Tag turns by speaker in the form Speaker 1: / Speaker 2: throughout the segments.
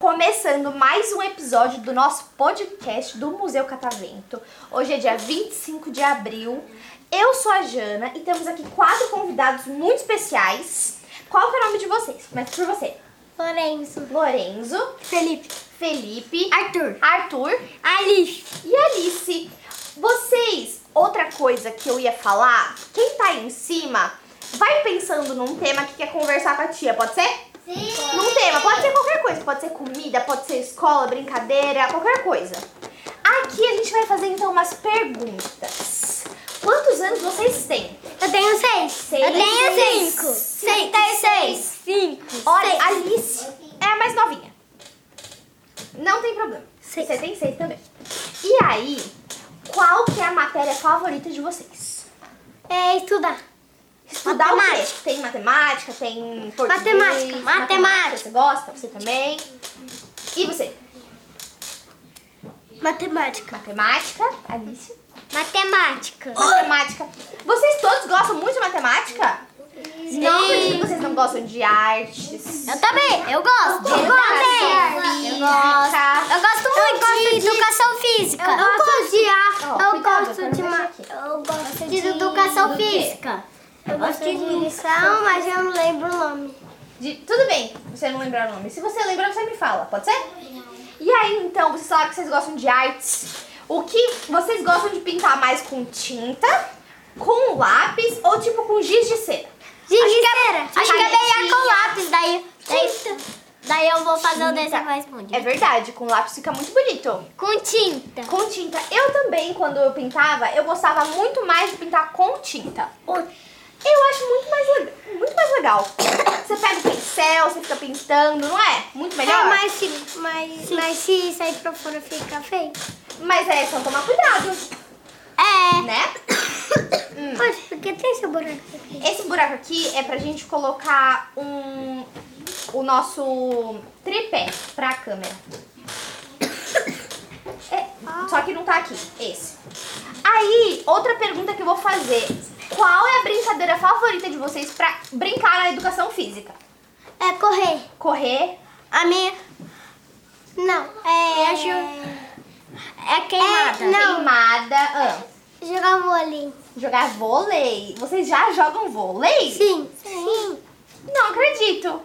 Speaker 1: Começando mais um episódio do nosso podcast do Museu Catavento. Hoje é dia 25 de abril. Eu sou a Jana e temos aqui quatro convidados muito especiais. Qual que é o nome de vocês? Começa por você.
Speaker 2: Lourenço.
Speaker 1: Lorenzo,
Speaker 2: Felipe.
Speaker 1: Felipe,
Speaker 2: Arthur.
Speaker 1: Arthur
Speaker 2: Alice.
Speaker 1: e Alice. Vocês, outra coisa que eu ia falar, quem tá aí em cima, vai pensando num tema que quer conversar com a tia, pode ser?
Speaker 2: Sim.
Speaker 1: Num tema, pode ser qualquer coisa, pode ser comida, pode ser escola, brincadeira, qualquer coisa. Aqui a gente vai fazer então umas perguntas. Quantos anos vocês têm?
Speaker 2: Eu tenho seis.
Speaker 1: Seis.
Speaker 2: Eu tenho cinco.
Speaker 1: Seis.
Speaker 2: Tenho seis. Cinco.
Speaker 1: Olha, Alice é a mais novinha. Não tem problema.
Speaker 2: Seis.
Speaker 1: Você tem seis também. E aí, qual que é a matéria favorita de vocês?
Speaker 2: É estudar.
Speaker 1: Estudar o
Speaker 2: Matemática.
Speaker 1: quê? Tem matemática, tem português.
Speaker 2: Matemática, matemática.
Speaker 1: Você gosta? Você também? E você?
Speaker 2: Matemática.
Speaker 1: Matemática, Alice.
Speaker 2: Matemática.
Speaker 1: Matemática. Vocês todos gostam muito de matemática? Não, por isso que vocês não gostam de artes.
Speaker 2: Eu também. Eu gosto. Eu gosto.
Speaker 1: Eu gosto.
Speaker 2: Eu gosto muito de, educação física. Eu, gosto de arte.
Speaker 1: Ó,
Speaker 2: eu
Speaker 1: cuidado,
Speaker 2: gosto
Speaker 1: quero mexer
Speaker 2: de ma...
Speaker 1: aqui.
Speaker 2: Eu gosto de, educação física. Eu gosto de nutrição, mas eu não lembro o nome.
Speaker 1: De- tudo bem, você não lembrar o nome. Se você lembrar, você me fala, pode ser? E aí, então, vocês falaram que vocês gostam de artes. O que vocês gostam de pintar mais com tinta, com lápis ou tipo com giz de cera?
Speaker 2: Gingiceira. Acho que é melhor
Speaker 1: canetinha.
Speaker 2: com lápis, daí... daí Daí eu vou fazer o desenho mais bonito.
Speaker 1: É verdade, com lápis fica muito bonito.
Speaker 2: Com tinta.
Speaker 1: Com tinta. Eu também, quando eu pintava, eu gostava muito mais de pintar com tinta. Eu acho muito mais, le- muito mais legal. Você pega o pincel, você fica pintando, não é? Muito melhor.
Speaker 2: É,
Speaker 1: mas...
Speaker 2: mas, se, mas, mas se sair pra fora fica feio.
Speaker 1: é só tomar cuidado,
Speaker 2: É.
Speaker 1: né?
Speaker 2: Mas porque tem esse buraco aqui.
Speaker 1: Esse buraco aqui é pra gente colocar um o nosso tripé pra câmera. É, só que não tá aqui, esse. Aí, outra pergunta que eu vou fazer. Qual é a brincadeira favorita de vocês pra brincar na educação física?
Speaker 2: É correr.
Speaker 1: Correr?
Speaker 2: A minha... Não. É... Acho... É queimada.
Speaker 1: Queimada? ah,
Speaker 2: Jogar vôlei.
Speaker 1: jogar vôlei? Vocês já jogam vôlei?
Speaker 2: Sim. Sim.
Speaker 1: Não acredito.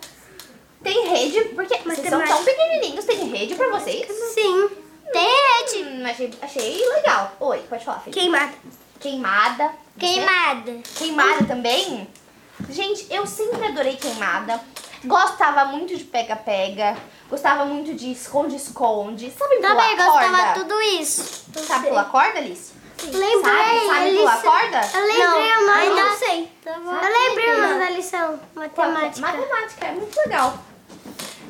Speaker 1: Tem rede? Porque vocês são tão
Speaker 2: Matemática.
Speaker 1: pequenininhos, tem rede pra vocês?
Speaker 2: Sim. Tem rede.
Speaker 1: Hum, achei, achei legal. Oi, pode falar, Felipe.
Speaker 2: Queimada.
Speaker 1: Queimada.
Speaker 2: Queimada.
Speaker 1: Queimada também? Gente, eu sempre adorei queimada. Gostava muito de pega-pega. Gostava muito de esconde-esconde. Sabe pular
Speaker 2: Também
Speaker 1: corda?
Speaker 2: Tá gostava tudo isso.
Speaker 1: Sabe pular corda, Alice?
Speaker 2: Lembrei.
Speaker 1: Sabe- sabe pular
Speaker 2: Alice-
Speaker 1: corda?
Speaker 2: Eu lembrei
Speaker 3: Não,
Speaker 2: o nome
Speaker 3: ainda
Speaker 2: da...
Speaker 3: não sei.
Speaker 2: Eu lembrei o nome da lição. Matemática.
Speaker 1: Matemática, é muito legal.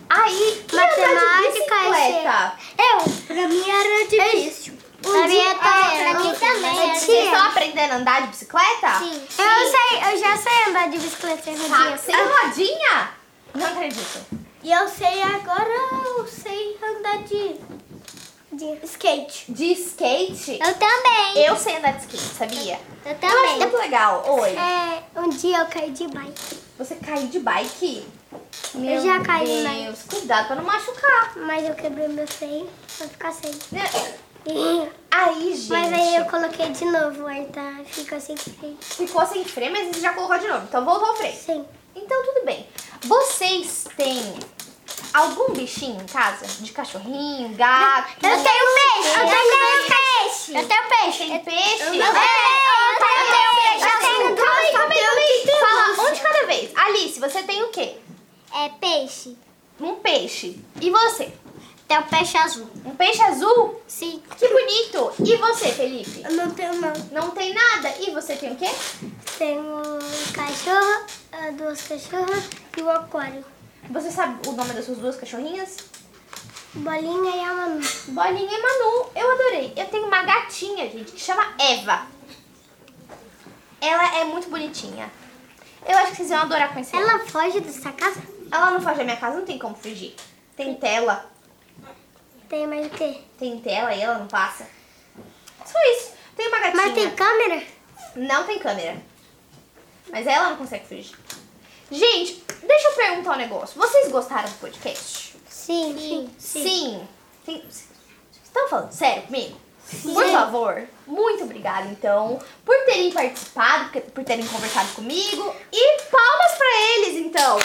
Speaker 1: Aí, e andar de
Speaker 2: Matemática,
Speaker 1: bicicleta?
Speaker 2: Eu.
Speaker 3: Pra mim era
Speaker 2: É
Speaker 1: É
Speaker 3: difícil.
Speaker 2: Pra mim é também. né?
Speaker 3: pra mim também era
Speaker 1: Vocês estão aprendendo a andar de bicicleta?
Speaker 2: Eu sei, eu já sei andar de bicicleta e
Speaker 1: Tá,
Speaker 2: rodinha.
Speaker 1: sem rodinha? Não acredito.
Speaker 3: E eu sei agora, eu sei andar de skate.
Speaker 1: De skate?
Speaker 2: Eu também.
Speaker 1: Eu sei andar de skate, sabia?
Speaker 2: Eu
Speaker 1: Eu acho
Speaker 2: também.
Speaker 1: muito legal. Oi,
Speaker 2: É, um dia eu caí de bike.
Speaker 1: você caiu de bike? Meu
Speaker 2: já caí né? de
Speaker 1: Deus, cuidado pra não machucar.
Speaker 2: Mas eu quebrei meu freio pra ficar sem.
Speaker 1: né?
Speaker 2: Mas
Speaker 1: Aí, gente,
Speaker 2: aí eu coloquei de novo, aí tá, fica sem freio.
Speaker 1: ficou sem freio, mas você já colocou de novo. Então voltou o freio.
Speaker 2: Sim.
Speaker 1: Então tudo bem. Vocês têm algum bichinho em casa? De cachorrinho, gato?
Speaker 2: um peixe.
Speaker 1: eu
Speaker 2: tenho peixe. Eu tenho peixe.
Speaker 1: Tem peixe? É,
Speaker 2: Eu tenho peixe. Eu
Speaker 1: Calma
Speaker 2: tenho
Speaker 1: aí,
Speaker 2: duas
Speaker 1: calma aí, calma aí. Fala um de cada vez. Alice, você tem o quê?
Speaker 2: É peixe.
Speaker 1: Um peixe. E você?
Speaker 2: Tem o peixe azul.
Speaker 1: Um peixe azul?
Speaker 2: Sim.
Speaker 1: Que bonito! E você, Felipe?
Speaker 3: Eu não tenho não.
Speaker 1: Não tem nada? E você tem o quê?
Speaker 2: Tem um cachorro, ah, duas cachorras e um aquário.
Speaker 1: Você sabe o nome das suas duas cachorrinhas?
Speaker 2: Bolinha e a Manu.
Speaker 1: Bolinha e Manu. Eu adorei. Eu tenho uma gatinha, gente, que chama Eva. Ela é muito bonitinha. Eu acho que vocês vão adorar conhecer ela.
Speaker 2: Ela foge dessa casa?
Speaker 1: Ela não foge da minha casa, não tem como fugir. Tem tela.
Speaker 2: Tem mais o quê?
Speaker 1: Tem tela e ela não passa. Só isso. Tem uma gatinha.
Speaker 2: Mas tem câmera?
Speaker 1: Não tem câmera. Mas ela não consegue fugir. Gente, deixa eu perguntar um negócio. Vocês gostaram do podcast?
Speaker 2: Sim. Sim.
Speaker 1: Sim. Tem- Vocês estão falando sério comigo? Por favor, muito obrigada então por terem participado, por terem conversado comigo e palmas pra eles então.